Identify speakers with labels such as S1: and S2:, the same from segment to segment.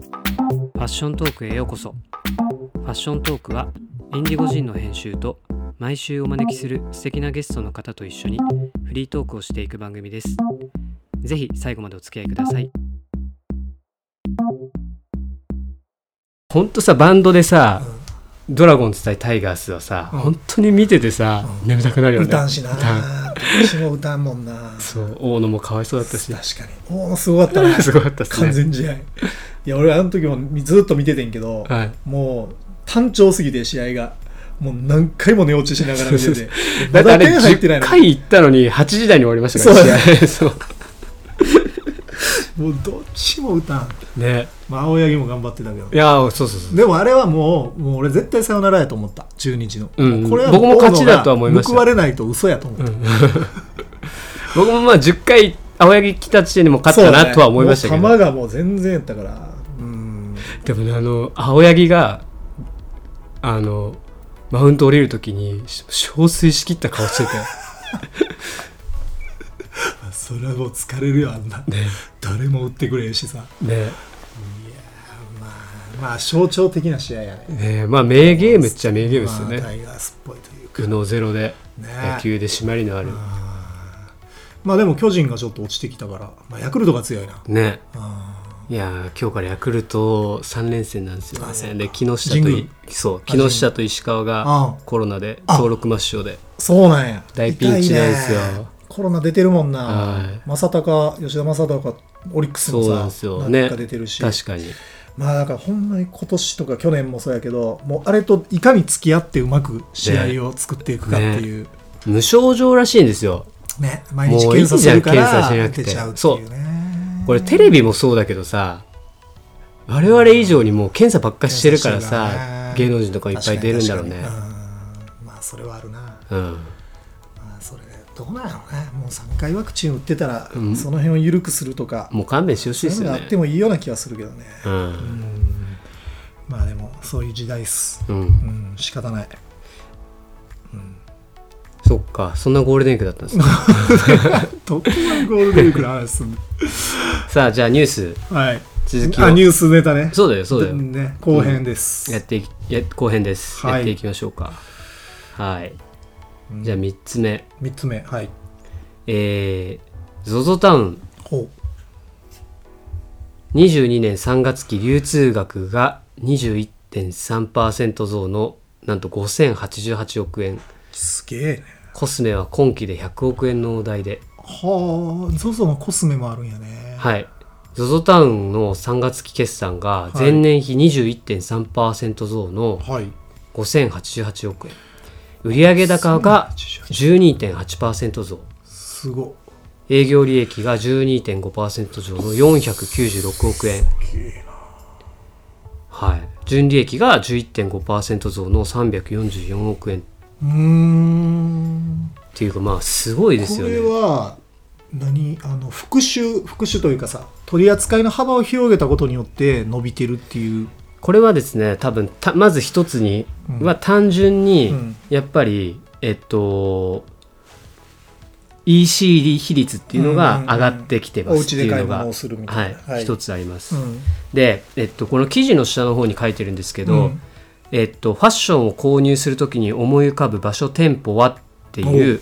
S1: ァッショントークへようこそファッショントークはインディゴジンの編集と毎週お招きする素敵なゲストの方と一緒にフリートークをしていく番組ですぜひ最後までお付き合いくださいほんとさバンドでさ、ドラゴンズ対タイガースはさ、
S2: うん
S1: 本当に見ててさ、眠たくなるよね
S2: 歌うしな
S1: 歌う
S2: 私も歌うもんな
S1: そう大野もかわいそうだった
S2: 確
S1: し
S2: かにおおすごかったな
S1: すごかったっすね
S2: 完全試合いや俺あの時もずっと見ててんけど
S1: はい
S2: もう単調すぎて試合がもう何回も寝落ちしながら見て
S1: そうそ
S2: て
S1: うだ
S2: ま
S1: って
S2: だ
S1: あれ
S2: 点入ってない
S1: 10
S2: の
S1: 回行ったのに8時台に終わりましたからね そう
S2: もうどっちも歌ん
S1: ね
S2: まあ青柳も頑張ってたけど
S1: いやーそうそうそう
S2: でもあれはもうもう俺絶対さよならやと思った中日の、
S1: うん
S2: これは
S1: 僕も勝ちだとは思いました
S2: 報われないと嘘やと思った、
S1: 僕もまあ10回青柳来た時点でもう勝ったなとは思いましたけ
S2: そう
S1: ど、
S2: ねもう球がもう全然やったからうん
S1: でもねあの青柳があのマウント降りるときに憔悴しきった顔してて
S2: それはもう疲れるよあんな、誰も打ってくれんしさ
S1: ね
S2: まあ象徴的な試合やね
S1: ねまあ名ゲームっちゃ名ゲームですよね、
S2: まあタイガースっぽいというか
S1: 具のゼロで
S2: ね
S1: 野球で締まりのある
S2: まあでも巨人がちょっと落ちてきたから、まあ、ヤクルトが強いな
S1: ね
S2: あ
S1: いやー今日からヤクルト3連戦なんですよ
S2: あそう
S1: ね
S2: か
S1: で木下と
S2: 神
S1: い
S2: 宮
S1: そう
S2: 神
S1: 木
S2: 宮
S1: 下と石川が
S2: あ
S1: コロナで
S2: あ
S1: 登録抹消で
S2: そうなんや
S1: 大ピンチなんですよ
S2: 痛いねコロナ出てるもん
S1: は
S2: な正隆吉田正尚オリックスも
S1: そうなん
S2: さ
S1: ですよ
S2: な
S1: ね
S2: んか出てるし、
S1: 確かに
S2: まあだからほんまに今年とか去年もそうやけどもうあれといかに付き合ってうまく試合を作っていくかっていう、
S1: 無症状らしいんですよ
S2: ね毎日検査するか
S1: もういいじゃん検査しな
S2: ら
S1: くて
S2: 出ちゃうっていうね
S1: これテレビもそうだけどさ我々以上にもう検査ばっかしてるから
S2: 検査してるから
S1: さ
S2: ね
S1: 芸能人とかいっぱい出るんだろうね
S2: 確かに確かにうんまあそれはあるな、ま
S1: うん
S2: あ、それどうなんやろうねもう3回ワクチン打ってたら、
S1: うん
S2: その辺を緩くするとか
S1: もう勘弁してほしい
S2: そういうの
S1: ですよ
S2: があ
S1: ね
S2: ってもいいような気がするけどね、
S1: うん
S2: まあでもそういう時代っす
S1: うん
S2: うん仕方ない
S1: そっかそんなゴールデンウィークだった んですね
S2: どこがゴールデンウィークの話すんの
S1: さあじゃあニュース
S2: はい
S1: 続きを
S2: あニュースネタね
S1: そうだよそうだよ
S2: ね、後編です、
S1: やっていきや後編です、
S2: はい
S1: やっていきましょうかはいじゃあ3つ目
S2: 3つ目はい
S1: えー、ZOZO タウン
S2: ほう
S1: 22年3月期流通額が21.3%増のなんと5088億円
S2: すげえね
S1: コスメは今期で100億円の大台で
S2: はあ ZOZO のコスメもあるんやね
S1: はい ZOZO タウンの3月期決算が前年比21.3%増の
S2: はい
S1: 5088億円売上高が12.8%増
S2: すごっ
S1: 営業利益が12.5%上の496億円はい、純利益が11.5%増の344億円っ
S2: うーん
S1: ていうかまあすごいです
S2: こ
S1: よ
S2: れ
S1: ね
S2: は何あの復讐復讐というかさ取り扱いの幅を広げたことによって伸びてるっていう
S1: これはですね多分たまず一つに
S2: うん
S1: は単純
S2: う
S1: に
S2: ん
S1: やっぱり、えっと EC 比率っていうのが上がってきてま
S2: お
S1: すっ
S2: 家で
S1: ていう
S2: 買い
S1: のが
S2: 物をするみた
S1: はいい
S2: な
S1: 一つあります、
S2: うん
S1: で、えっと、この記事の下の方に書いてるんですけど、
S2: うん
S1: えっと、ファッションを購入するときに思い浮かぶ場所店舗はっていう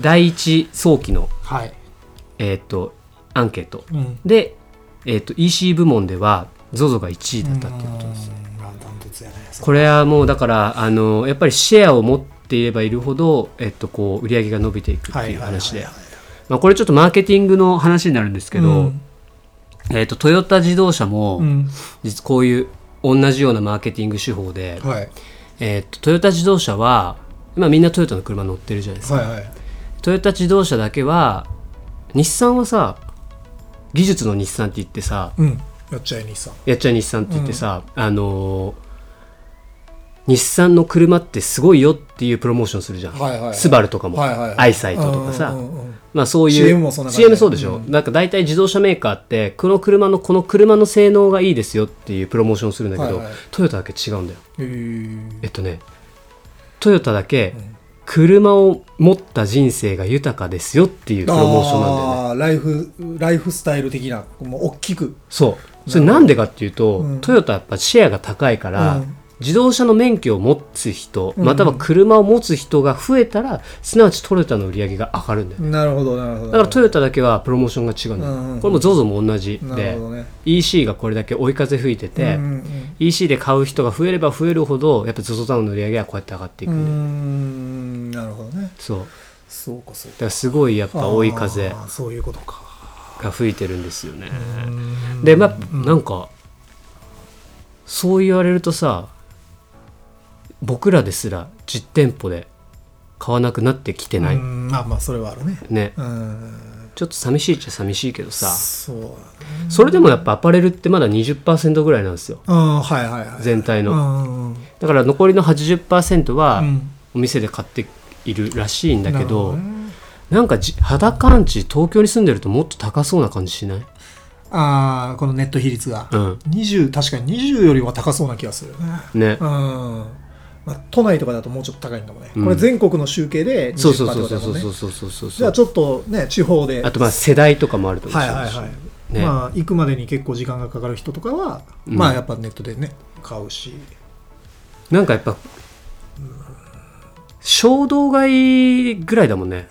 S1: 第一早期の、
S2: はい
S1: えっと、アンケート
S2: うん
S1: で、えっと、EC 部門では ZOZO が1位だったっていうことです、
S2: うんまあ断トツやね
S1: これはもうだからあのやっぱりシェアを持っていればいるほど、えっと、こう売り上げが伸びていくっていう話で、まあ、これちょっとマーケティングの話になるんですけど、
S2: うん
S1: えっと、トヨタ自動車も、
S2: うん
S1: 実こういう同じようなマーケティング手法で、
S2: はい
S1: えーっとトヨタ自動車は今みんなトヨタの車乗ってるじゃないですか、
S2: はいはい
S1: トヨタ自動車だけは日産はさ技術の日産って言ってさ
S2: うんやっちゃいにさん
S1: やっちゃい日産って言ってさ、あのー日産の車ってすごいよっていうプロモーションするじゃん、
S2: はいはいはい
S1: スバルとかも、
S2: はいはいはい
S1: アイサイトとかさ、
S2: うんうんうん
S1: まあそういう
S2: CM もそんな感じ
S1: CM そうでしょ、
S2: う
S1: なんか大体自動車メーカーってこの車のこの車の性能がいいですよっていうプロモーションするんだけど、
S2: はいはい
S1: トヨタだけ違うんだよ
S2: へー
S1: えっとねトヨタだけ
S2: ん
S1: 車を持った人生が豊かですよっていうプロモーションなんだよね
S2: あーライフライフスタイル的なもう大きく
S1: そうそれなんでかっていうと、
S2: うん
S1: トヨタやっぱシェアが高いから、
S2: うん
S1: 自動車の免許を持つ人、
S2: うん
S1: または車を持つ人が増えたらすなわちトヨタの売り上げが上がるんだよね
S2: なるほどなるほど
S1: だからトヨタだけはプロモーションが違うんだよ、
S2: うんうん
S1: これも ZOZO も同じ
S2: なる
S1: で
S2: ほどね
S1: EC がこれだけ追い風吹いてて、
S2: うん
S1: EC で買う人が増えれば増えるほどやっぱ ZOZO タウンの売り上げはこうやって上がってい
S2: うんう
S1: くんだよ、
S2: んなるほどね
S1: そうだ
S2: そうかそうか
S1: からすごいやっぱ追い風
S2: あーそういうことか
S1: が吹いてるんですよね、でまあなんかそう言われるとさ僕らですら実店舗で買わなくなってきてない、
S2: うんまあまあそれはあるね
S1: ね
S2: うん
S1: ちょっと寂しいっちゃ寂しいけどさ
S2: そうだね
S1: それでもやっぱアパレルってまだ20%ぐらいなんですよ
S2: うんはいはいはい
S1: 全体の
S2: のうん
S1: だから残りの80%は
S2: うん
S1: お店で買っているらしいんだけど
S2: なるほね
S1: なんかじ肌感知東京に住んでるともっと高そうな感じしない
S2: ああこのネット比率が
S1: うん
S2: 20確かに20よりは高そうな気がするね
S1: ね
S2: うんまあ都内とかだともうちょっと高いんだもんね
S1: うん
S2: これ全国の集計で20%
S1: そうそうそう
S2: って
S1: そう
S2: ことだもんね
S1: そうそうそうそう
S2: じゃあちょっとね地方で
S1: あとまあ世代とかもあると思う
S2: は
S1: し
S2: いはいはい、
S1: ね
S2: まあ行くまでに結構時間がかかる人とかは、
S1: うん
S2: まあやっぱネットでね買うし
S1: なんかやっぱ衝動買いぐらいだもんね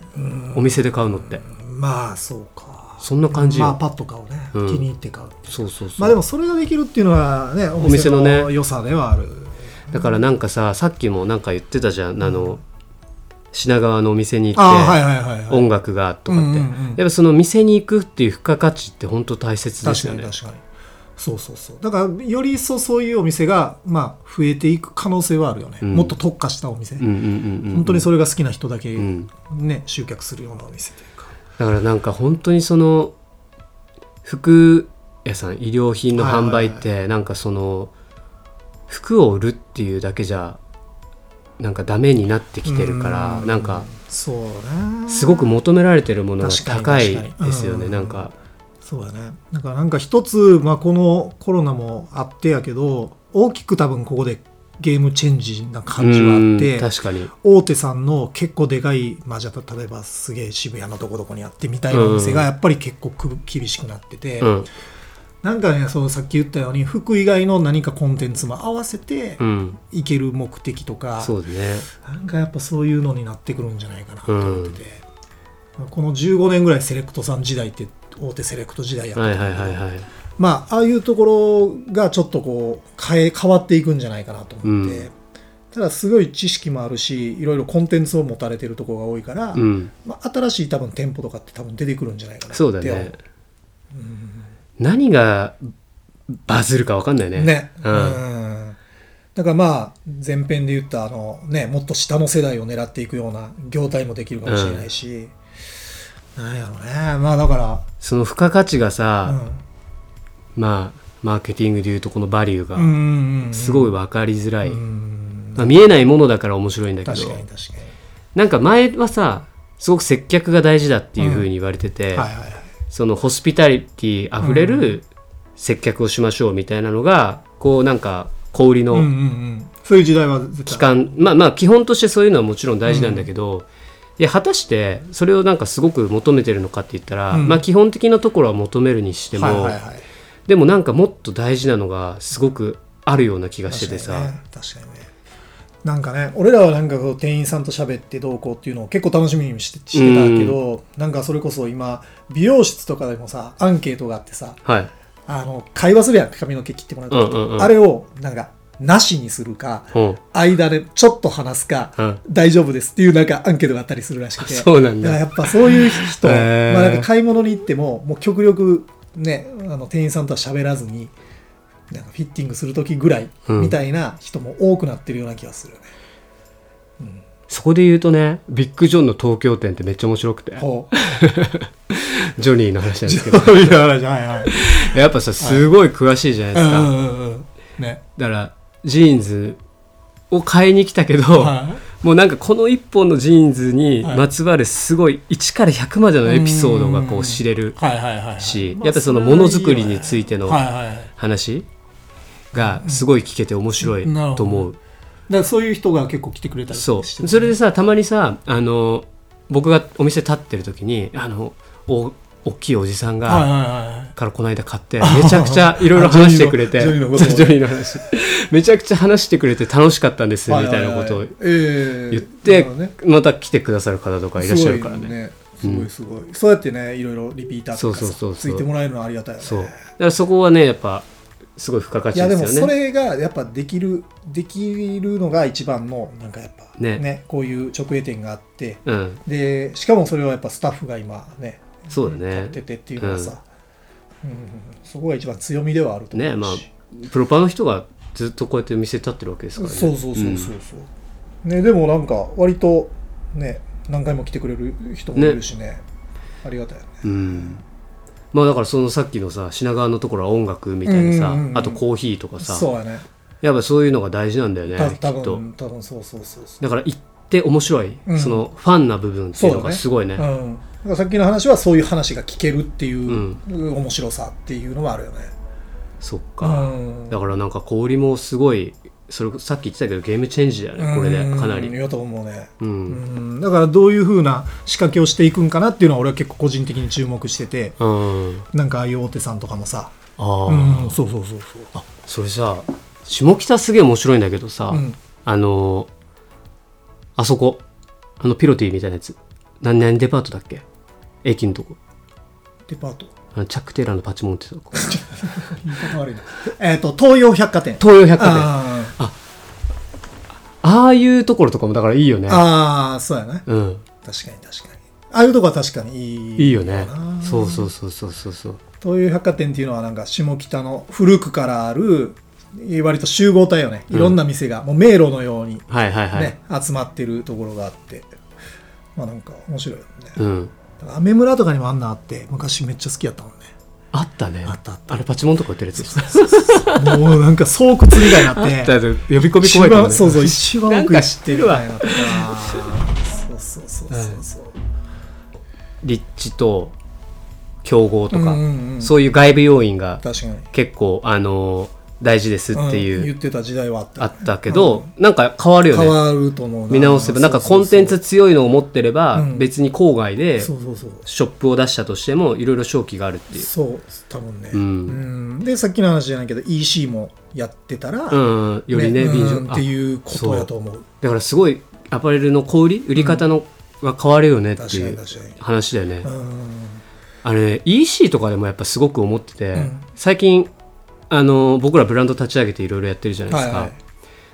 S1: お店で買うのって
S2: まあそうか
S1: そんな感じよ
S2: まあパッと買うね、
S1: うん
S2: 気に入って買う
S1: そうそうそう
S2: まあでもそれができるっていうのはねお
S1: 店のね
S2: 良さではある
S1: だからなんかささっきもなんか言ってたじゃんあの品川のお店に行
S2: ああはい
S1: って
S2: はいはいはい
S1: 音楽がとかって、
S2: うんうんうん
S1: やっぱその店に行くっていう付加価値って本当大切で
S2: 確
S1: す
S2: か
S1: よ
S2: に
S1: ね
S2: 確かにそうそうそうだからより一層そういうお店がまあ増えていく可能性はあるよね、
S1: うん
S2: もっと特化したお店、
S1: うんうんうんうん
S2: 本当にそれが好きな人だけ
S1: う
S2: ね、
S1: ん、
S2: 集客するようなお店というか
S1: だからなんか本当にその服屋さん衣料品の販売ってなんかその服を売るっていうだけじゃなんかダメになってきてるから
S2: う
S1: なんか
S2: そうね
S1: すごく求められてるものが
S2: 確かに
S1: 高い
S2: 確かに
S1: ですよね
S2: うん
S1: なんか
S2: そうだねだからなんか一つ、まあ、このコロナもあってやけど大きく多分ここでゲームチェンジな感じはあって
S1: うん確かに
S2: 大手さんの結構でかい、まあ、じゃあ例えばすげえ渋谷のどこどこにあってみたいなお店がやっぱり結構く厳しくなってて、
S1: うん
S2: なんかねそうさっき言ったように服以外の何かコンテンツも合わせて
S1: うん
S2: いける目的とか、
S1: そうだね
S2: なんかやっぱそういうのになってくるんじゃないかなと思ってて、この15年ぐらいセレクトさん時代って大手セレクト時代やった
S1: はいはいはいはい
S2: まあ、ああいうところがちょっとこう変え変わっていくんじゃないかなと思って、
S1: うん
S2: ただすごい知識もあるしいろいろコンテンツを持たれてるところが多いから、
S1: うん
S2: まあ、新しい多分店舗とかって多分出てくるんじゃないかなって
S1: そうだね何がバズるか分かんないね
S2: ね、
S1: うん
S2: うんだからまあ前編で言ったあの、ね、もっと下の世代を狙っていくような業態もできるかもしれないし、なんやろうねまあだから、
S1: その付加価値が
S2: う
S1: さ
S2: ん
S1: まあマーケティングでいうとこのバリューが
S2: うんうんうん、
S1: すごい分かりづらい、
S2: うん
S1: まあ、見えないものだから面白いんだけ
S2: 確
S1: ど
S2: かに確か
S1: なんか前はさすごく接客が大事だっていうふうに言われてて、
S2: に、はいはいはい
S1: そのホスピタリティあふれる接客をしましょうみたいなのがこうなんか小売り
S2: うんうんう
S1: の
S2: ん、そういう時代は絶
S1: 期
S2: 対
S1: 間、まあまあ基本としてそういうのはもちろん大事なんだけど、いや果たしてそれをなんかすごく求めてるのかって言ったら、
S2: うん
S1: まあ基本的なところは求めるにしても、
S2: はいはいはい、
S1: でもなんかもっと大事なのがすごくあるような気がしててさ、
S2: 確かにね確かにねなんかね俺らはなんかこう店員さんと喋ってどうこうっていうのを結構楽しみにしてしてたけど、なんかそれこそ今美容室とかでもさアンケートがあってさ
S1: はい
S2: あの会話するやん髪の毛切ってもらうとき、
S1: うんうんうん
S2: あれをなんかなしにするか
S1: うん
S2: 間でちょっと話すか、
S1: うん
S2: 大丈夫ですっていうなんかアンケートがあったりするらしくて
S1: そうなんだ
S2: からやっぱそういう人、
S1: へー
S2: まあ、なんか買い物に行ってももう極力ねあの店員さんとは喋らずになんかフィッティングする時ぐらい
S1: うん
S2: みたいな人も多くなってるような気がするよね、
S1: そこで言うとねビッグジョンの東京店ってめっちゃ面白くて
S2: ほ
S1: ジョニーの話なんですけど
S2: ういやはいはい
S1: やっぱさすごい詳しいじゃないで
S2: う
S1: す
S2: ん
S1: か、
S2: うんうんうんね
S1: だからジーンズを買いに来たけど、
S2: は
S1: もうなんかこの1本のジーンズに
S2: はい
S1: まつわるすごい1から100までのエピソードがこ
S2: う
S1: うん知れる
S2: はいはいはいはい
S1: し、
S2: まあ
S1: やっぱそのものづくりについての
S2: それはいいよねはいはいはい
S1: 話がすごい聞けて面白いと思う、
S2: だからそういう人が結構来てくれたりして
S1: そう
S2: る
S1: それでさたまにさあの僕がお店立ってる時にあのお大きいおじさんが、
S2: はいはいはいはい
S1: からこの間買ってめちゃく ちゃいろいろ話してくれて
S2: 女優の女優の
S1: そ
S2: こ
S1: う
S2: と
S1: 女優の話めちゃくちゃ話してくれて楽しかったんですみ
S2: はいは
S1: た
S2: い
S1: いな
S2: はい
S1: ことを
S2: ええ
S1: 言って
S2: なるほどね
S1: また来てくださる方とかいらっしゃるからね
S2: すごいよすごいすごい、そうやってねいろいろリピーターとか
S1: そうそうそうそう
S2: さついてもらえるのはありがたいよね
S1: そうだからそこはねやっぱすごい付加価
S2: い
S1: 値
S2: や
S1: で
S2: ですも
S1: よ
S2: そ
S1: ね
S2: れがやっぱできるできるのが一番のなんかやっぱ
S1: ね
S2: ねこういう直営店があって
S1: うん
S2: でしかもそれはやっぱスタッフが今ね
S1: そうだね
S2: やっててっていうのはさ、うんうんうんそこが一番強みではあると思うし
S1: ねまあプロパーの人がずっとこうやって店立ってるわけですからね
S2: そうそうそうそうそ
S1: ん
S2: う、ねでもなんか割とね何回も来てくれる人もいるしねありがたいよね
S1: うんまあだからそのさっきのさ品川のところは音楽みたいなさ、
S2: うんうんうん
S1: あとコーヒーとかさ
S2: そうやね
S1: やっぱそういうのが大事なんだよね
S2: た
S1: きっ
S2: 多
S1: と
S2: 分多分そうそうそうそう
S1: だから行って面白い、
S2: うん
S1: そのファンな部分っていうのがすごいね
S2: うん、だからさっきの話はそういう話が聞けるっていうう、面白さっていうのはあるよね。
S1: そっ
S2: う
S1: か、
S2: ん、
S1: だからなんか小売りもすごいそれさっき言ってたけどゲームチェンジだよねこれでかなり
S2: うん
S1: う
S2: い
S1: ん
S2: やと思うね、うん。だからどういうふうな仕掛けをしていくんかなっていうのは俺は結構個人的に注目してて、
S1: うん
S2: なんかああいう大手さんとかもさ、
S1: ああ、
S2: うん、そうそうそうそう。
S1: あそれさ下北すげえ面白いんだけどさ、
S2: うん
S1: あのあそこあのピロティみたいなやつ何々デパートだっけ駅のとこ
S2: デパート。
S1: あのチャック・テイラーのパチモンってとこ東
S2: 言い方悪いな。えっと、東洋百貨店。
S1: 洋百貨店あ
S2: あー
S1: あいうところとかもだからいいよね
S2: あー、そうやね。
S1: うん
S2: 確かに確かに。ああいうとこは確かにいい
S1: いいよね
S2: かな
S1: そうそうそうそうそうそう
S2: 東洋百貨店っていうのはなんか下北の古くからある割と集合体よねいろんな店が、もう迷路のように、ね
S1: はいはいはい、
S2: 集まってるところがあってまあなんか面白いよね
S1: うん
S2: だからアメ村とかにもあんなあって昔めっちゃ好きやったも んね
S1: あったね
S2: あったあった
S1: あれパチモンとか売ってるやつでした
S2: もうなんか巣窟みたいになって
S1: だって呼び込み
S2: 一
S1: 怖いから
S2: 番
S1: ね
S2: そうそう一番
S1: なん
S2: 奥
S1: か
S2: 行
S1: 知
S2: っ
S1: って
S2: て
S1: る
S2: る
S1: わ
S2: わそうそうそうそうそう、
S1: 立地と競合と
S2: う
S1: か、
S2: んうんうん
S1: そういう外部要因が
S2: 確かに
S1: 結構あの大事ですっていう、
S2: ん言ってた時代はあった
S1: あったけど、なんか変わるよ
S2: 変
S1: ね
S2: わると思う
S1: 見直せばなんかコンテンツ強いのを持ってれば、
S2: うん
S1: 別に郊外で
S2: そうそうそう
S1: ショップを出したとしてもいろいろ商機があるっていう
S2: そう多分ね、
S1: う
S2: うんんでさっきの話じゃないけど EC もやってたら、
S1: うんよりね便
S2: うん
S1: 乗あ
S2: っていうことやと思う
S1: だからすごいアパレルの小売り売り方の、が変わるよねって
S2: 確か
S1: い
S2: に
S1: う
S2: 確かに
S1: 話だよね、
S2: うん
S1: あれ EC とかでもやっぱすごく思ってて、
S2: うん
S1: 最近あの僕らブランド立ち上げていろいろやってるじゃないで
S2: は
S1: す
S2: い
S1: か、
S2: はい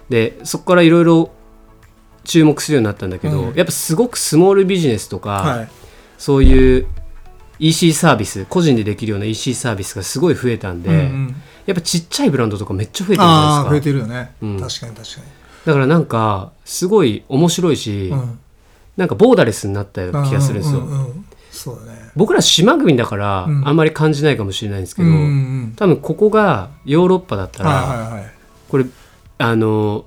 S1: でそこからいろいろ注目するようになったんだけど、
S2: うん
S1: やっぱすごくスモールビジネスとか、
S2: はい
S1: そういう EC サービス個人でできるような EC サービスがすごい増えたんで、
S2: うんうん
S1: やっぱちっちゃいブランドとかめっちゃ増えてるじゃ
S2: ああ
S1: な
S2: 増
S1: い
S2: え
S1: ですか
S2: てるよね、
S1: うん
S2: 確かに確か
S1: だからなんかすごい面白いし、
S2: に、うん
S1: なんかボーダレスになったような気がするんですよ、
S2: うううんそうだね
S1: 僕ら島国だから、
S2: うん
S1: あんまり感じないかもしれないんですけ
S2: う
S1: ど、
S2: んうん
S1: 多分ここがヨーロッパだったら、
S2: はいはいはい
S1: これあの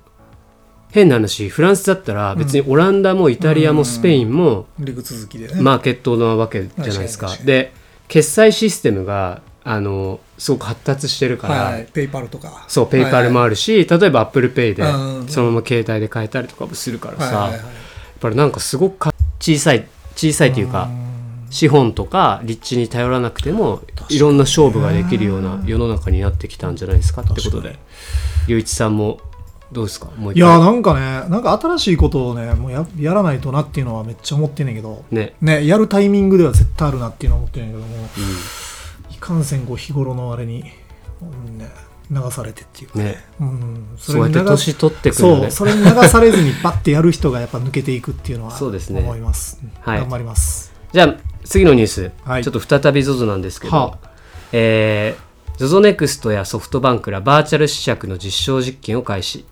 S1: 変な話フランスだったら別にオランダもイタリアもスペインも
S2: 陸続きでね、
S1: マーケットなわけじゃないですか。
S2: 確かに確かに
S1: で決済システムがあのすごく発達してるから、
S2: はいはいペイパルとか
S1: そうペイパルもあるし、例えばアップルペイで
S2: うん
S1: そのまま携帯で買えたりとかもするからさ、
S2: はいはい
S1: や
S2: は
S1: っ
S2: い
S1: ぱりなんかすごくか小さい小さいというか、
S2: ん
S1: 資本とか立地に頼らなくても
S2: かに
S1: いろんな勝負ができるような世の中になってきたんじゃないですかってこと
S2: 確か
S1: で
S2: に
S1: 龍一さんもどうですかもう
S2: い
S1: 一
S2: や
S1: 回
S2: なんかねなんか新しいことをねもうややらないとなっていうのはめっちゃ思ってんねんけど
S1: ね、
S2: ね、やるタイミングでは絶対あるなっていうのは思ってるんやけども、いかんせんこう日頃のあれに、うんね、流されてっていうか、
S1: ね
S2: うん、
S1: そうやっ
S2: に
S1: て
S2: 流
S1: 年取ってくるよ
S2: そ
S1: ね
S2: うそれに流されずにバッてやる人がやっぱ抜けていくっていうのは
S1: そうですね
S2: 思います、
S1: はい
S2: 頑張ります
S1: じゃあ次のニュース、
S2: はい
S1: ちょっと再び ZOZO なんですけど、
S2: は
S1: えー、ZOZO ネクストやソフトバンクらバーチャル試着の実証実験を開始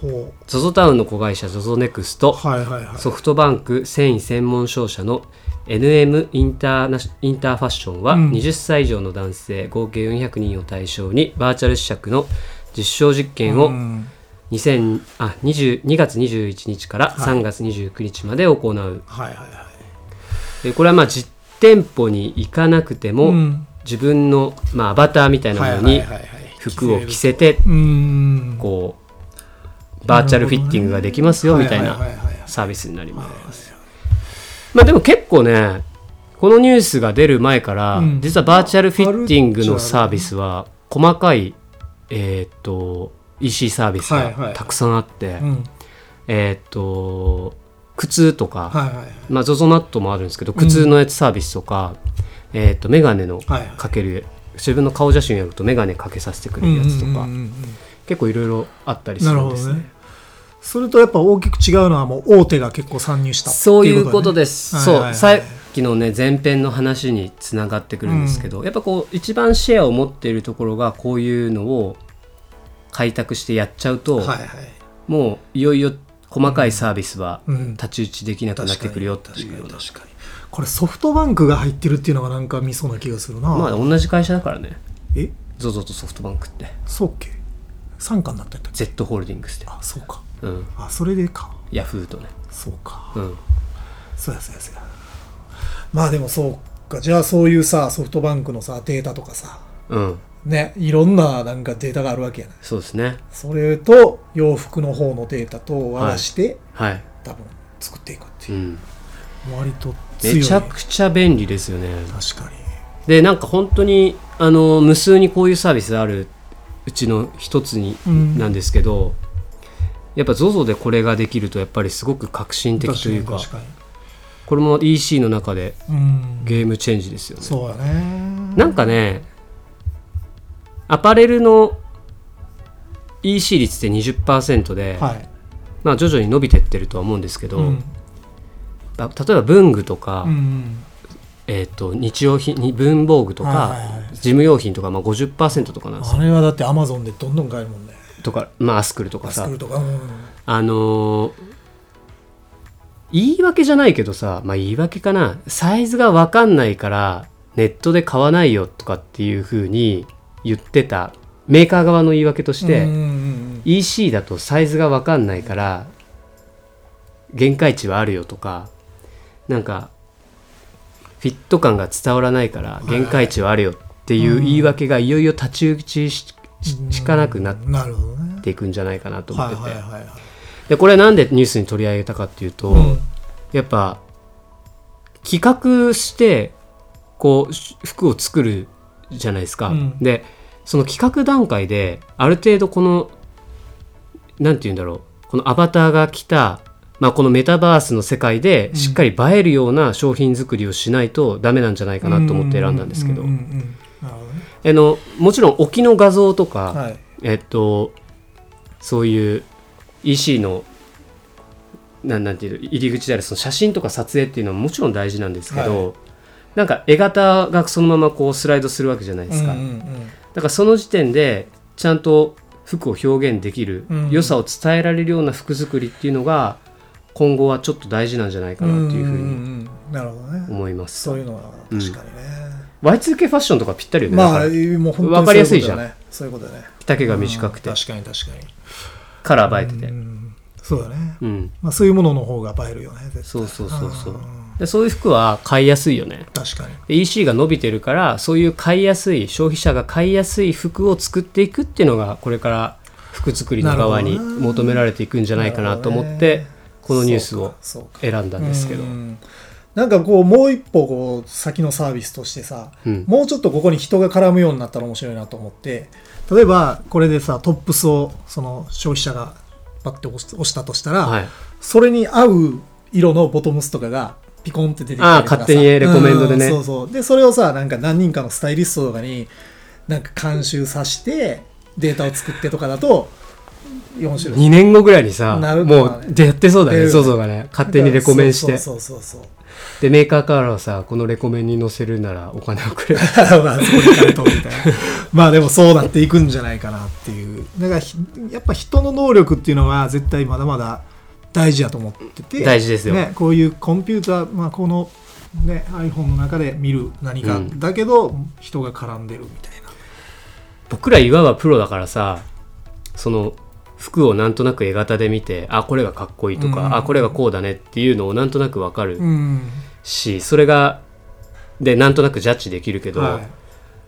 S2: ほ
S1: ZOZO タウンの子会社 ZOZO ネクス
S2: う
S1: ト
S2: はいはいはい
S1: ソフトバンク繊維専門商社の NM インターナシインターファッションは
S2: うん
S1: 20歳以上の男性合計400人を対象にバーチャル試着の実証実験を
S2: うん
S1: 2000あ20 2月21日から3月29日まで行う、
S2: はいはいはい
S1: でこれはまあ実店舗に行かなくても、
S2: うん
S1: 自分の、まあ、アバターみたいなものに
S2: はいはいはいはい
S1: 服を着せて
S2: うん
S1: こうバーチャルフィッティングができますよみたい
S2: はは
S1: な
S2: はいはい
S1: サービスになります。まあでも結構ねこのニュースが出る前から、
S2: うん
S1: 実はバーチャルフィッティングのサービスは細かい、えーっと EC サービス
S2: はいは
S1: が
S2: い
S1: たくさんあって、
S2: うん
S1: えーっと靴とか、
S2: はいはいはい
S1: まあ、ZOZO マットもあるんですけど靴のやつサービスとか、えーっと眼鏡の
S2: はいはい
S1: かける自分の顔写真やると眼鏡かけさせてくれるやつとか、
S2: うんうんうんうん
S1: 結構いろいろあったりす
S2: なる
S1: るん
S2: ほ
S1: で
S2: ど
S1: す
S2: ねそれとやっぱ大きく違うのはもう大手が結構参入した
S1: そういうこと
S2: で
S1: です。
S2: はいはい
S1: そ
S2: は
S1: う、
S2: い
S1: さっきのね、前編の話につながってくるんですけど、やっぱこう、一番シェアを持っているところが、こういうのを開拓してやっちゃうと、
S2: はいはい
S1: もういよいよ細かいサービスは
S2: うん
S1: 太刀打ちできなくなってくるよって
S2: 確か
S1: い
S2: に
S1: うよう
S2: 確
S1: な
S2: かに確かにこれソフトバンクが入ってるっていうのがなんか見そうな気がするな、
S1: まあ、同じ会社だからね、
S2: え
S1: ZOZO とソフトバンクって、
S2: そうっけ傘下になったんだっけ
S1: Z ホールディングスって、
S2: あそうか
S1: うん、
S2: あそれでか
S1: ヤフーとね、
S2: そうか
S1: うん、
S2: そうやそうやそうやまあでもそうかじゃあそういうさソフトバンクのさデータとかさ
S1: うん、
S2: ねいろんななんかデータがあるわけやない
S1: そうですね。
S2: それと洋服の方のデータと合わせて、
S1: はい。
S2: 多分作っていくって
S1: う
S2: い
S1: ん、
S2: う割と強い
S1: めちゃくちゃ便利ですよね。
S2: 確かに
S1: でなんか本当にあの無数にこういうサービスあるうちの一つに、
S2: うん
S1: なんですけどやっぱ ZOZO でこれができるとやっぱりすごく革新的というか
S2: 確かに
S1: これも EC の中で
S2: 確かにうん
S1: ゲームチェンジですよね。
S2: そうやね
S1: なんかねアパレルの EC 率って20%で、
S2: はい
S1: まあ、徐々に伸びてってるとは思うんですけど、
S2: うん
S1: あ例えば文具とか、
S2: うん
S1: えー、と日用品に文房具とか、
S2: はいはいはい
S1: 事務用品とか、まあ、50%とかなんですよ
S2: あれはだってアマゾンでどんどん買えるもんね
S1: とか、まあ、アスクルとか
S2: バス
S1: さ
S2: クルとか、うん、
S1: あのー言い訳じゃないけどさまあ言い訳かなサイズが分かんないからネットで買わないよとかっていう風に言ってたメーカー側の言い訳として、
S2: うんうんうん、
S1: EC だとサイズが分かんないから限界値はあるよとかなんかフィット感が伝わらないから限界値はあるよっていう言い訳がいよいよ太刀打ちししかなくなっ
S2: なるほどね
S1: ていくんじゃないかなと思っ
S2: は
S1: て
S2: い
S1: て。
S2: はいはいはい
S1: でこれなんでニュースに取り上げたかっていうと、
S2: うん
S1: やっぱ企画してこうし服を作るじゃないですか、
S2: うん
S1: でその企画段階である程度このなんて言うんだろうこのアバターが来た、まあ、このメタバースの世界でしっかり映えるような商品作りをしないとダメなんじゃないかなと思って選んだんですけど、
S2: うううんうんなるほどね
S1: あのもちろん置きの画像とか、
S2: はい
S1: えっと、そういう EC のなんなんていうの入り口であるその写真とか撮影っていうのはもちろん大事なんですけど、なんか絵型がそのままこうスライドするわけじゃないですか、
S2: うんうん
S1: だからその時点でちゃんと服を表現できる、
S2: うん
S1: 良さを伝えられるような服作りっていうのが今後はちょっと大事なんじゃないか
S2: うん
S1: なというふ
S2: ん
S1: うに
S2: んうんなるほどね
S1: 思います、
S2: そういうのは確かにね、
S1: Y2K ファッションとかぴったりよね、
S2: ま
S1: だ
S2: あ
S1: から
S2: もう本当に
S1: わかりやすいじゃん
S2: そういうことだねそういうことだね
S1: 丈が短くて、
S2: うん確かに確かに
S1: カラー映えてて、
S2: うんそうだね、
S1: うん、
S2: まあ、そういうものの方が映えるよね絶対
S1: そうそうそうそうんでそういう服は買いやすいよね
S2: 確かに
S1: で EC が伸びてるからそういう買いやすい消費者が買いやすい服を作っていくっていうのがこれから服作りの側
S2: な
S1: に
S2: るほどね
S1: 求められていくんじゃないかなと思っ
S2: なる
S1: て
S2: ほどね
S1: このニュースを
S2: そうかそうか
S1: 選んだんですけど
S2: うんなんかこうもう一歩こう先のサービスとしてさ、
S1: うん
S2: もうちょっとここに人が絡むようになったら面白いなと思って例えばこれでさトップスをその消費者がパッて押し押したとしたら、
S1: はい
S2: それに合う色のボトムスとかがピコンって出てきたりとかさ
S1: ああ勝手にレコメンドでね
S2: うんそうそうでそれをさなんか何人かのスタイリストとかになんか監修させてデータを作ってとかだと4種類
S1: 2年後ぐらいにさ
S2: なるほ
S1: も
S2: どね
S1: うでやってそうだね
S2: 出る
S1: ZOZO がね勝手にレコメンして
S2: そうそうそうそう
S1: でメーカーからはさこのレコメンに載せるならお金をくれ
S2: まあそこに関東みたいなまあでもそうなっていくんじゃないかなっていうだからひやっぱ人の能力っていうのは絶対まだまだ大事だと思ってて
S1: 大事ですよ
S2: ね、こういうコンピューター、まあ、この、ね、iPhone の中で見る何か、
S1: うん
S2: だけど人が絡んでるみたいな
S1: 僕らいわばプロだからさその服をなんとなく絵型で見てあこれがかっこいいとか、
S2: うん
S1: あこれがこうだねっていうのをなんとなくわかる
S2: うん
S1: しそれがでなんとなくジャッジできるけど、
S2: は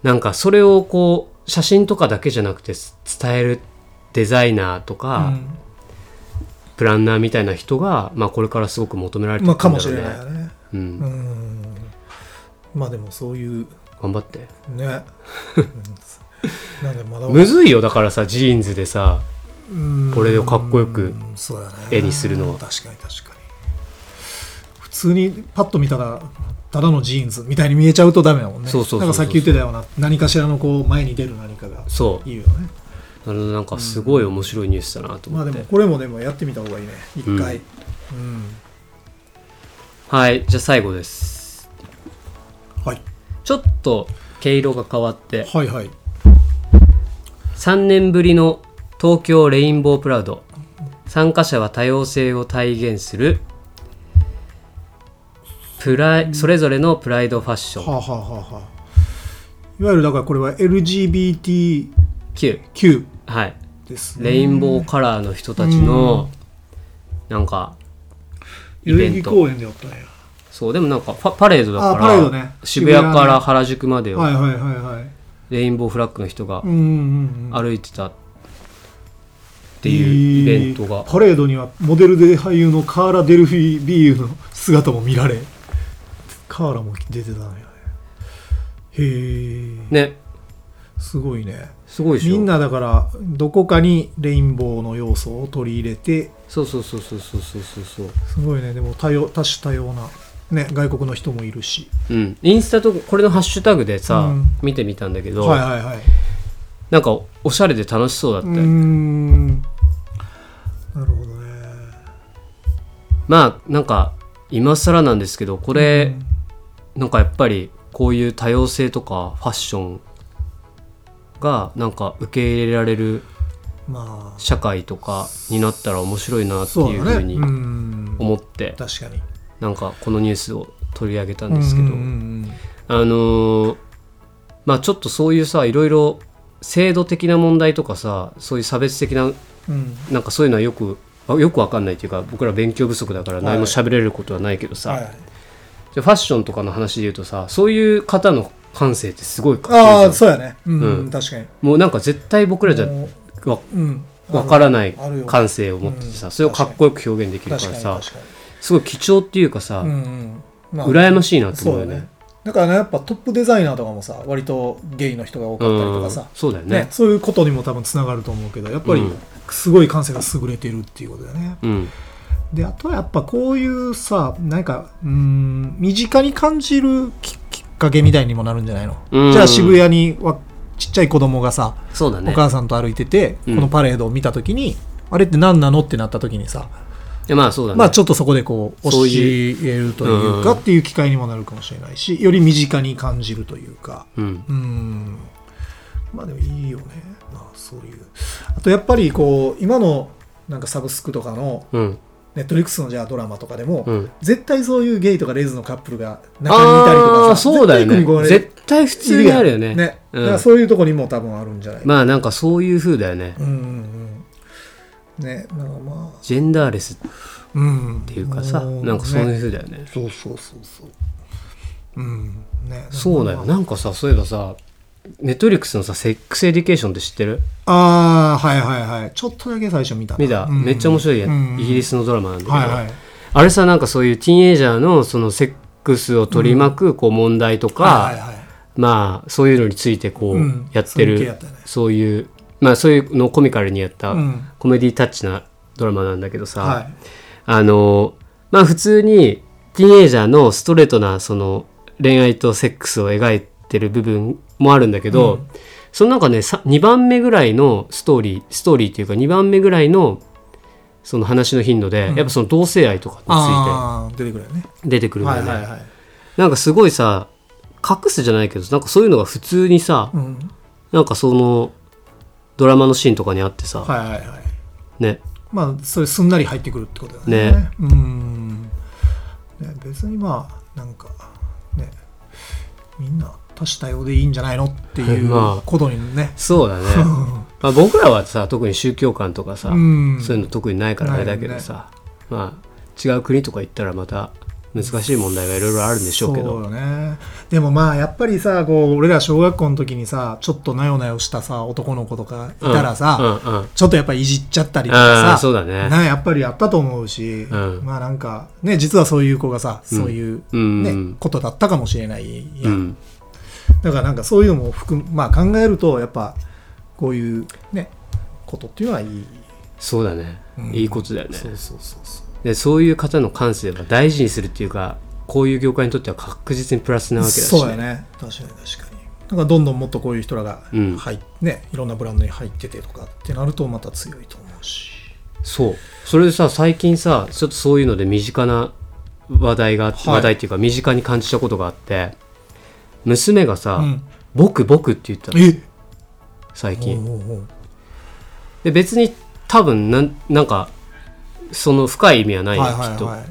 S1: なんかそれをこう写真とかだけじゃなくてす伝えるデザイナーと
S2: い
S1: か、プランナーみたいな人が、まあ、これからすごく求められ
S2: うん
S1: てい
S2: まあ、
S1: く
S2: か
S1: ん
S2: も
S1: だ
S2: し
S1: ろう
S2: れ
S1: ね、
S2: ないよね
S1: う、
S2: うんんまあでもそう いう
S1: 頑張って
S2: ねうんなんでまだ
S1: むずいよだからさジーンズでさ
S2: うん
S1: これをかっこよく
S2: そうだね
S1: 絵にするのは
S2: 確かに確かに普通にパッと見たらただのジーンズみたいに見えちゃうとダメだもんね
S1: そうそうそうそ
S2: な
S1: う
S2: んかさっき言ってたような何かしらのこう前に出る何かが
S1: そう
S2: いいよね
S1: あのなんかすごい面白いニュースだなと
S2: ま
S1: 思
S2: あで
S1: って、
S2: もこれもでもやってみた方がいいね一回うん、
S1: はいじゃあ最後です
S2: はい、
S1: ちょっと毛色が変わって
S2: はいはい
S1: 3年ぶりの東京レインボープラウド参加者は多様性を体現するプライそれぞれのプライドファッショ
S2: は
S1: ン
S2: あ、はあはあはあ、いわゆるだからこれは LGBTQ
S1: 9はい
S2: ですね
S1: レインボーカラーの人たちのなんかイ
S2: 代
S1: ベ
S2: 々
S1: ン
S2: 木
S1: ト
S2: 公園でやったんや
S1: そうでもなんかパパレードだ
S2: あパレー
S1: か
S2: ド
S1: ら
S2: ね
S1: 渋谷
S2: 渋
S1: か
S2: 谷
S1: ら
S2: ね
S1: 原宿までを
S2: はいはいはいはい
S1: レインボーフラッグの人が
S2: うんうんうん
S1: 歩いてたっていうイベント
S2: え
S1: が
S2: ーパレードにはモデルで俳優のカーラ・デルフィー・ビーユの姿も見られカーラも出てたのよねへえ、
S1: ね
S2: すごいね
S1: すごいでしょ
S2: みんなだからどこかにレインボーの要素を取り入れて
S1: そうそうそうそうそうそうそうそう
S2: すごいねでも多様多種多様な、ね、外国の人もいるし
S1: うん、インスタとこれのハッシュタグでさ、
S2: うん
S1: 見てみたんだけど、
S2: はいはいはい
S1: なんかおしゃれで楽しそうだっ
S2: う
S1: た
S2: ー
S1: よ、
S2: んなるほどね
S1: まあなんか今更なんですけどこれ、なんかやっぱりこういう多様性とかファッションがなんか受け入れられる
S2: うんまあ
S1: 社会とかになったら面白いなって
S2: そ
S1: いううふ
S2: だ
S1: う
S2: ね
S1: に
S2: うん
S1: 思って、
S2: 確かに
S1: なんかこのニュースを取り上げたんですけど、
S2: うんうんうん
S1: あのーまあちょっとそういうさいろいろ制度的な問題とかさそういう差別的な
S2: うん
S1: なんかそういうのはよくあよくわかんないっていうか僕ら勉強不足だから
S2: い
S1: 何も喋れることはないけどさ、
S2: はいはい
S1: じゃあファッションとかの話で言うとさそういう方の感性ってすごいかっこいいじゃ
S2: あ
S1: ん
S2: あそうやねうん、
S1: うん
S2: 確かに
S1: もうなんか絶対僕らじゃ
S2: も
S1: わ
S2: ううん
S1: わからない
S2: あるよ
S1: 感性を持ってて
S2: う
S1: さ
S2: ん
S1: それをかっこよく表現できるか
S2: 確
S1: ら
S2: かに
S1: さ
S2: 確か
S1: すごい貴重っていうかさ、
S2: にうんうんまあ
S1: 羨ましいなと
S2: そ
S1: 思
S2: う
S1: う
S2: だ
S1: よね
S2: ねだからねやっぱトップデザイナーとかもさ割とゲイの人が多かったりと
S1: う
S2: か
S1: ん
S2: さ、
S1: そうだよね
S2: ねそういうことにも多分つながると思うけどやっぱり
S1: うん
S2: すごい感性が優れてるっていうことだよね、
S1: うん
S2: であとはやっぱこういうさなんかうーん身近に感じるききっかけみたいにもなるんじゃないの、
S1: うん
S2: じゃあ渋谷にわちっちゃい子供がさ
S1: そうだ
S2: お
S1: ね
S2: 母さんと歩いてて、
S1: うん
S2: このパレードを見た時にあれって何なのってなった時にさ、
S1: いやまあそうだね、
S2: まあちょっとそこでこう
S1: そ
S2: 教え
S1: うい
S2: るというか
S1: うん
S2: っていう機会にもなるかもしれないしより身近に感じるというか
S1: うん
S2: うんまあでもいいよねまあそういうあとやっぱりこう今のなんかサブスクとかの
S1: うん
S2: ネットリックスのじゃあドラマとかでも、
S1: うん
S2: 絶対そういうゲイとかレイズのカップルが中にいたりとか
S1: ああ
S2: さ
S1: ーそうだよ
S2: 絶対組み込ま
S1: ね
S2: れ
S1: 絶対普通にあるよね
S2: いるやんね、
S1: うん
S2: だからそういうとこにも多分あるんじゃないか
S1: まあなんかそういう風だよね
S2: うんうんうんねなんかまあ
S1: ジェンダーレスっ
S2: うんって
S1: いうかさ、なんかそういう風だよね
S2: そうそうそうそううんね
S1: そうだよなんかさそういえばさネットリックスのさセックスエディケーションって知ってる
S2: ああはいはいはいちょっとだけ最初見たな
S1: 見た、
S2: うん
S1: めっちゃ面白いや、
S2: うん
S1: ん、イギリスのドラマなんだけど、
S2: はいはい
S1: あれさなんかそういうティーンエイジャーのそのセックスを取り巻くこう問題とか、
S2: はいはいはい
S1: まあそういうのについてこう
S2: うん
S1: やって
S2: そうい
S1: る、
S2: う系やったね
S1: そういうまあそういうのをコミカルにやった、
S2: うん
S1: コメディタッチなドラマなんだけどさ、
S2: は
S1: あのまあ普通にティーンエイジャーのストレートなその恋愛とセックスを描いてる部分もあるんだけど、その中ねさ2番目ぐらいのストーリーストーリーっていうか2番目ぐらいのその話の頻度で、
S2: うん
S1: やっぱその同性愛とかにつ
S2: ああ出てくるよね
S1: いて出てくるんだ
S2: は
S1: よ
S2: い
S1: ね、
S2: はいはい
S1: なんかすごいさ隠すじゃないけどなんかそういうのが普通にさ、
S2: うん
S1: なんかそのドラマのシーンとかにあってさ、
S2: はいはいはい
S1: ね
S2: まあそれすんなり入ってくるってことだね
S1: ね
S2: うんね別にまあなんかねみんな多種多様でいいんじゃないのってい
S1: ま
S2: う
S1: あ
S2: ことにね、
S1: そ うだねまあ僕らはさ特に宗教観とかさ、
S2: うん
S1: そういうの特にないからあれだけ
S2: ない
S1: ど
S2: よ
S1: さ、まあ違う国とか行ったらまた難しい問題がいろいろあるんでしょうけ
S2: そう
S1: ど
S2: よね。でもまあ、やっぱりさ、こう、俺ら小学校の時にさ、ちょっとなよなよしたさ、男の子とかいたらさ、
S1: うんうんうん
S2: ちょっとやっぱいじっちゃったりと
S1: あ
S2: か
S1: あそう
S2: さ、
S1: だね
S2: なやっぱりやったと思うし、
S1: うん
S2: まあなんか、ね、実はそういう子がさ、そういう、
S1: うん
S2: ね、ことだったかもしれないや
S1: うんん
S2: だからなんかそういうのも含む、まあ考えると、やっぱ、こういうね、ことっていうのはいい。
S1: そうだね、
S2: うん
S1: いいことだよね
S2: そうそうそうそう。
S1: でそういう方の感性は大事にするっていうかこういう業界にとっては確実にプラスなわけだし、
S2: そうだね確かに確かにだからどんどんもっとこういう人らが
S1: うん
S2: 入っ、ね、いろんなブランドに入っててとかってなるとまた強いと思うし
S1: そうそれでさ最近さちょっとそういうので身近な話題が、
S2: はい
S1: 話題っていうか身近に感じたことがあって娘がさ
S2: う
S1: 「
S2: ん
S1: 僕僕」って言ったの
S2: え
S1: 最
S2: お
S1: 近
S2: うおうおう
S1: で別に多分なんなんかその深い意味はな
S2: はいい
S1: よ、
S2: はい
S1: きっと
S2: はい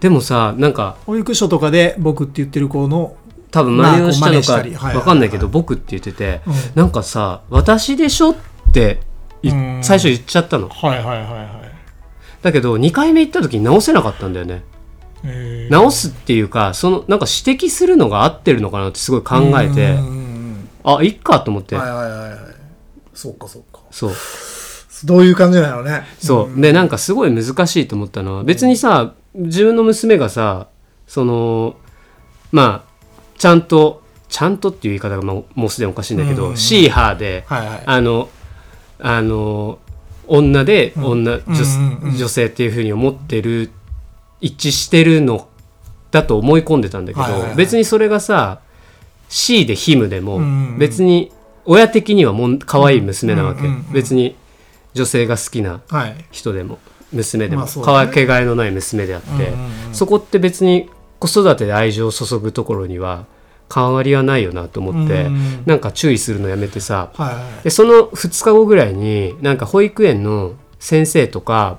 S1: でもさなんか
S2: 保育所とかで僕って言ってる子の
S1: 多分真似をしたの
S2: まあこう真似したりはい
S1: か
S2: はいはい
S1: わかんないけど「僕」って言ってて、
S2: うん
S1: なんかさ「私でしょ」ってい
S2: うん
S1: 最初言っちゃったの
S2: はいはいはいはい
S1: だけど2回目行った時に直せなかったんだよね
S2: えー
S1: 直すっていうかそのなんか指摘するのが合ってるのかなってすごい考えて
S2: うんうん
S1: あいっかと思っ
S2: う
S1: て、
S2: んはいはいはいはいそうかそうか
S1: そう
S2: どういう感じなのね
S1: そう、でなんかすごい難しいと思ったのは別にさ自分の娘がさそのまあちゃんとちゃんとっていう言い方がもうもうすでにおかしいんだけ
S2: う
S1: ど
S2: ん
S1: シーハーで
S2: はいはい
S1: あのあの女で女、
S2: うん
S1: 女
S2: うんうんうん
S1: 女性っていうふうに思ってる一致してるのだと思い込んでたんだけど、
S2: はいはいはい
S1: 別にそれがさ C でヒムでも、
S2: うんうんうん
S1: 別に親的にはもん可愛い娘なわけ、
S2: うんうんうんうん
S1: 別に女性が好きな
S2: はい
S1: 人でも娘でも、
S2: まあそうだね
S1: 可愛けがえのない娘であって、
S2: うんうんうん
S1: そこって別に子育てで愛情を注ぐところには変わりはないよなと思って、
S2: うんうん
S1: なんか注意するのやめてさ
S2: はいはい
S1: でその2日後ぐらいになんか保育園の先生とか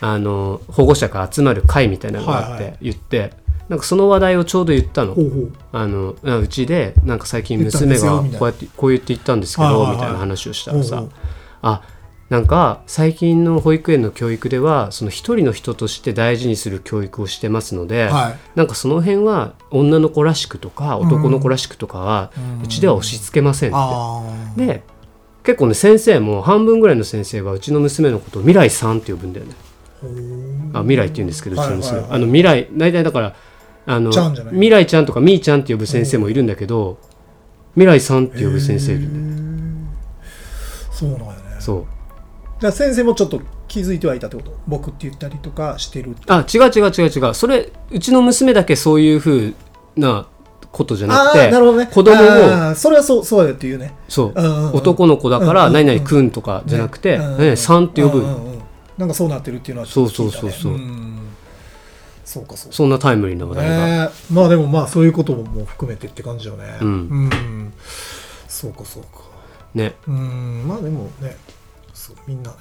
S1: あの保護者が集まる会みたいなのがあっ
S2: はいは
S1: て言って、なんかその話題をちょうど言ったの
S2: ほうほう
S1: あのあうちでなんか最近
S2: 言ったんで
S1: 娘
S2: すよ
S1: がこ
S2: みたいうな
S1: やってこう言って言ったんですけ
S2: はいはい
S1: ど
S2: はい
S1: みたいな話をしたら
S2: ほ
S1: さ
S2: うほう
S1: あなんか最近の保育園の教育ではその一人の人として大事にする教育をしてますので、
S2: はい
S1: なんかその辺は女の子らしくとか男の子らしくとかはうちでは押し付けませんって
S2: あー
S1: で結構ね先生も半分ぐらいの先生がうちの娘のことを未来さんって呼ぶんだよね
S2: ほう
S1: あ未来って言うんですけどうちの
S2: は
S1: 娘、
S2: いはいはい
S1: あの未来大体だからあの
S2: ちゃんじゃない
S1: 未来ちゃんとかみーちゃんって呼ぶ先生もいるんだけど未来さんって呼ぶ先生いるんだよ、
S2: そうなんやね
S1: そう
S2: じゃあ先生もちょっと気づいてはいたってこと僕って言ったりとかしてる
S1: あ違う違う違う違うそれうちの娘だけそういうふうなことじゃなく
S2: ー
S1: て
S2: なるほどね
S1: 子供も
S2: あーそれはそうそうやって言うね
S1: そう、
S2: うんうんうん
S1: 男の子だか
S2: うん
S1: ら
S2: うんうん
S1: 何々くんとかじゃなくて、
S2: ねうんうん
S1: 何々さんって呼ぶ、
S2: うんうんうんなんかそうなってるっていうのはちょっと聞いたね
S1: そうそうそうそうん
S2: そうかそうか
S1: そんなタイムリーな話題が、
S2: ねえまあでもまあそういうことももう含めてって感じよね
S1: うん
S2: んそうかそうか
S1: ね
S2: うんまあでもねそうみんなね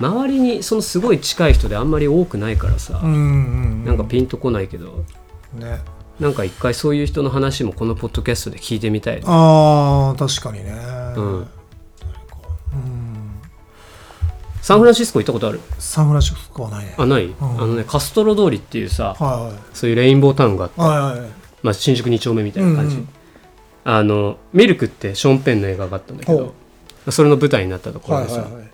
S1: 周りにそのすごい近い人であんまり多くないからさ、
S2: うんうんう
S1: なんかピンとこないけど
S2: ね
S1: なんか一回そういう人の話もこのポッドキャストで聞いてみたいな
S2: ああ確かにね
S1: うん
S2: うん
S1: サンフランシスコ行ったことある
S2: サンフランシスコはないね
S1: あない、
S2: ん
S1: あのねカストロ通りっていうさ
S2: は
S1: そういうレインボータウンがあって
S2: いはいはいはい
S1: まあ、新宿2丁目みたいな感じ、
S2: うんうん
S1: あのミルクってショーン・ペンの映画があったんだけ
S2: ほ
S1: どそれの舞台になったところ
S2: はい
S1: でさ、
S2: はいはい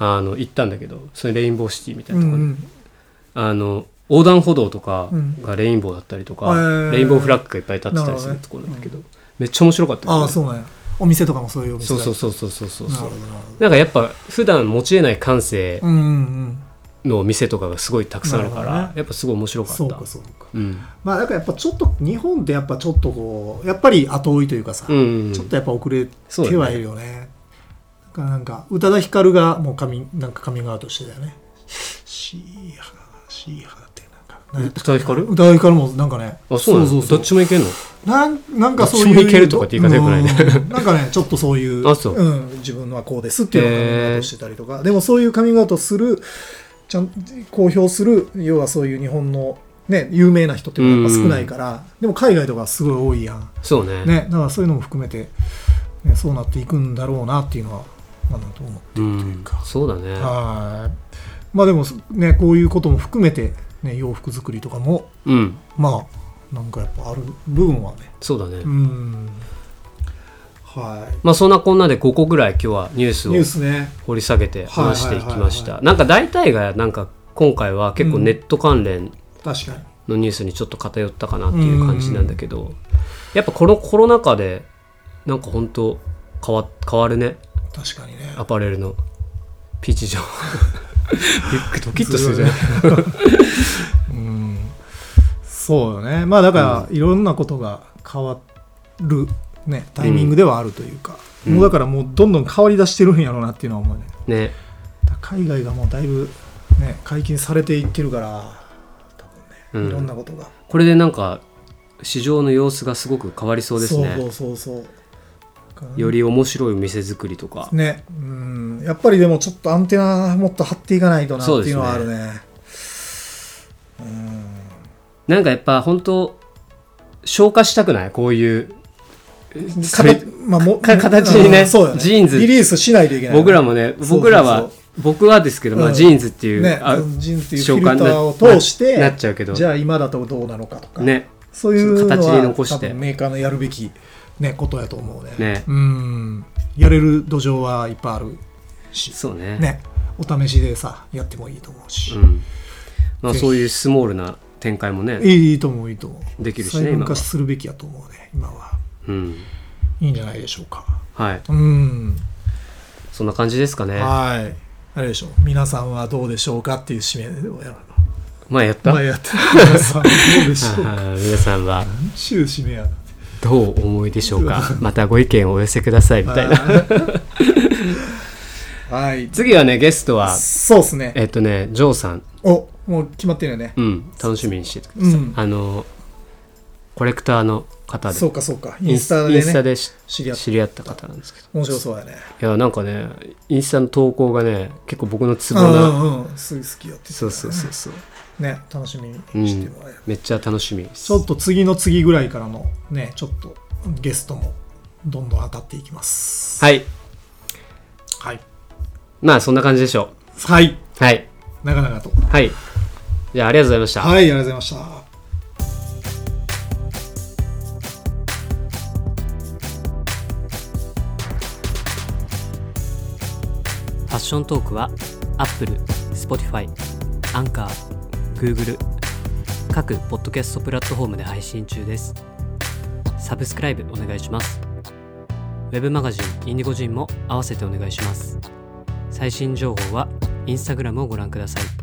S1: あの行ったんだけどそれレインボーシティみたいうなとこ
S2: ん
S1: ろ
S2: う
S1: で、
S2: ん
S1: あの横断歩道とか
S2: うん
S1: がレインボーだったりとか、
S2: へー
S1: レインボーフラッグがいっぱい立ってたりするところなんだけどめっちゃ面白かったよね、
S2: ああそうなんやお店とかもそういうお店
S1: そう
S2: だ
S1: そうそうそうそうそう
S2: なるほど
S1: なんかやっぱ普段持ちえない感
S2: なる
S1: 性
S2: ほどうんうんうん
S1: の店とかがすごいたくさんあるか
S2: なるほ
S1: ら、
S2: どね
S1: やっぱすごい面白かった
S2: そうかそうか
S1: うん
S2: まあだからやっぱちょっと日本ってやっぱちょっとこうやっぱり後追いというかさ
S1: うんうん
S2: ちょっとやっぱ遅れ
S1: そうだ
S2: て
S1: ね
S2: はいるよねだからなんか宇多田ヒカルがもうカミンなんかカミングアウトしてたよねシーハーシーハーってなんかね
S1: 宇多田ヒカル
S2: 宇多田ヒカルもなんかね
S1: あそうなの
S2: そうそうそう
S1: どっちもいけるの
S2: なんなんかそういう
S1: どっちもいけるとかって言い方良くないね
S2: うんなんかねちょっとそういう、
S1: あそうん
S2: 自分のはこうですっていうのをカミングアウトしてたりとかでもそういうカミングアウトするちゃん公表する要はそういう日本のね有名な人っていうのはやっぱ少ないからでも海外とかすごい多いやん
S1: そうね
S2: ねだからそういうのも含めて、ね、そうなっていくんだろうなっていうのはまあなんと思って
S1: うんそうだね
S2: はいまあでもねこういうことも含めてね、洋服作りとかも
S1: うん
S2: まあなんかやっぱある部分はね
S1: そうだね、
S2: うんはい
S1: まあそんなこんなで5個ぐらい今日はニュースを
S2: ニュースね
S1: 掘り下げて話していきまし
S2: は
S1: たなんか大体がなんか今回は結構ネット関連
S2: 確かに
S1: のニュースにちょっと偏ったかなっていう感じなんだけど、やっぱこのコロナ禍でなんか本当変わ変わるね
S2: 確かにね
S1: アパレルのピーチ状ビックドキッとするじゃん、
S2: うんそうよねまあだからいろんなことが変わる、ね、タイミングではあるというか、
S1: うん
S2: もうだからもうどんどん変わり出してるんやろうなっていうのは思うね
S1: ね
S2: だから海外がもうだいぶ、ね、解禁されていってるから多分
S1: うん
S2: ねいろんなことが、
S1: これでなんか市場の様子がすごく変わりそうですね
S2: そうそうそうそう
S1: より面白い店作りとか、
S2: ねうんやっぱりでもちょっとアンテナもっと張っていかないとなっていうのはあるね
S1: なんかやっぱ本当消化したくないこういう
S2: うん
S1: それ
S2: 形まあも
S1: か形にね
S2: うんそうよ
S1: ジーンズ
S2: リリースしないといけない
S1: 僕らもね
S2: そうそうそう
S1: 僕らは僕はですけど、ま
S2: う
S1: あ、
S2: ん
S1: ジーンズっていう、
S2: ね、
S1: あ
S2: ジンっていうフ
S1: 召
S2: ィ
S1: 喚
S2: ルタ
S1: に
S2: ー
S1: な
S2: を通して
S1: なっちゃうけど
S2: じゃあ今だとどうなのかとか、
S1: ね
S2: そういうのは
S1: 形に残して
S2: 多分メーカーのやるべき、ね、ことやと思うね
S1: ね
S2: うんやれる土壌はいっぱいあるし、
S1: そうね
S2: ね、お試しでさやってもいいと思うし、
S1: うんまあ、
S2: ぜひ
S1: そういうスモールな展開もね、
S2: いいと思ういいと思う
S1: できるしね
S2: 細分
S1: 今は
S2: 化するべきやと思うね今は
S1: うん、
S2: いいんじゃないでしょうか
S1: はい
S2: うん
S1: そんな感じですかね
S2: はいあれでしょう皆さんはどうでしょうかっていう締めをやる
S1: まあやった、
S2: の前やって皆さんはどうでしょう か
S1: あー皆さんは
S2: 週締めやな
S1: どうお思いでしょうかまたご意見をお寄せくださいみたいな
S2: はい。
S1: 次はねゲストは
S2: そうですね。
S1: えっとねジョーさん、
S2: お、もう決まってるよね。
S1: うん、楽しみにしててください、
S2: うん。
S1: あのコレクターの方で
S2: そうかそうか。インスタで
S1: インスタ
S2: ね。
S1: でし
S2: 知り合って
S1: 知り合った方なんですけど
S2: 面白そうやね。
S1: いやなんかねインスタの投稿がね結構僕のツ
S2: う
S1: ボなん
S2: うん。すぐ好きよって。
S1: そうそうそうそう
S2: ね、楽しみにしてもらえる。
S1: めっちゃ楽しみです
S2: ちょっと次の次ぐらいからのね、ちょっとゲストもどんどん当たっていきます。
S1: はい
S2: はい。
S1: まあそんな感じでしょ
S2: はい。
S1: うはい
S2: なかなかと。
S1: はいじゃあありがとうございました
S2: はい、ありがとうございました。
S3: ファッショントークは Apple、Spotify、Anchor、Google 各ポッドキャストプラットフォームで配信中です。サブスクライブお願いします。ウェブマガジンインディゴジンも合わせてお願いします。最新情報は Instagram をご覧ください。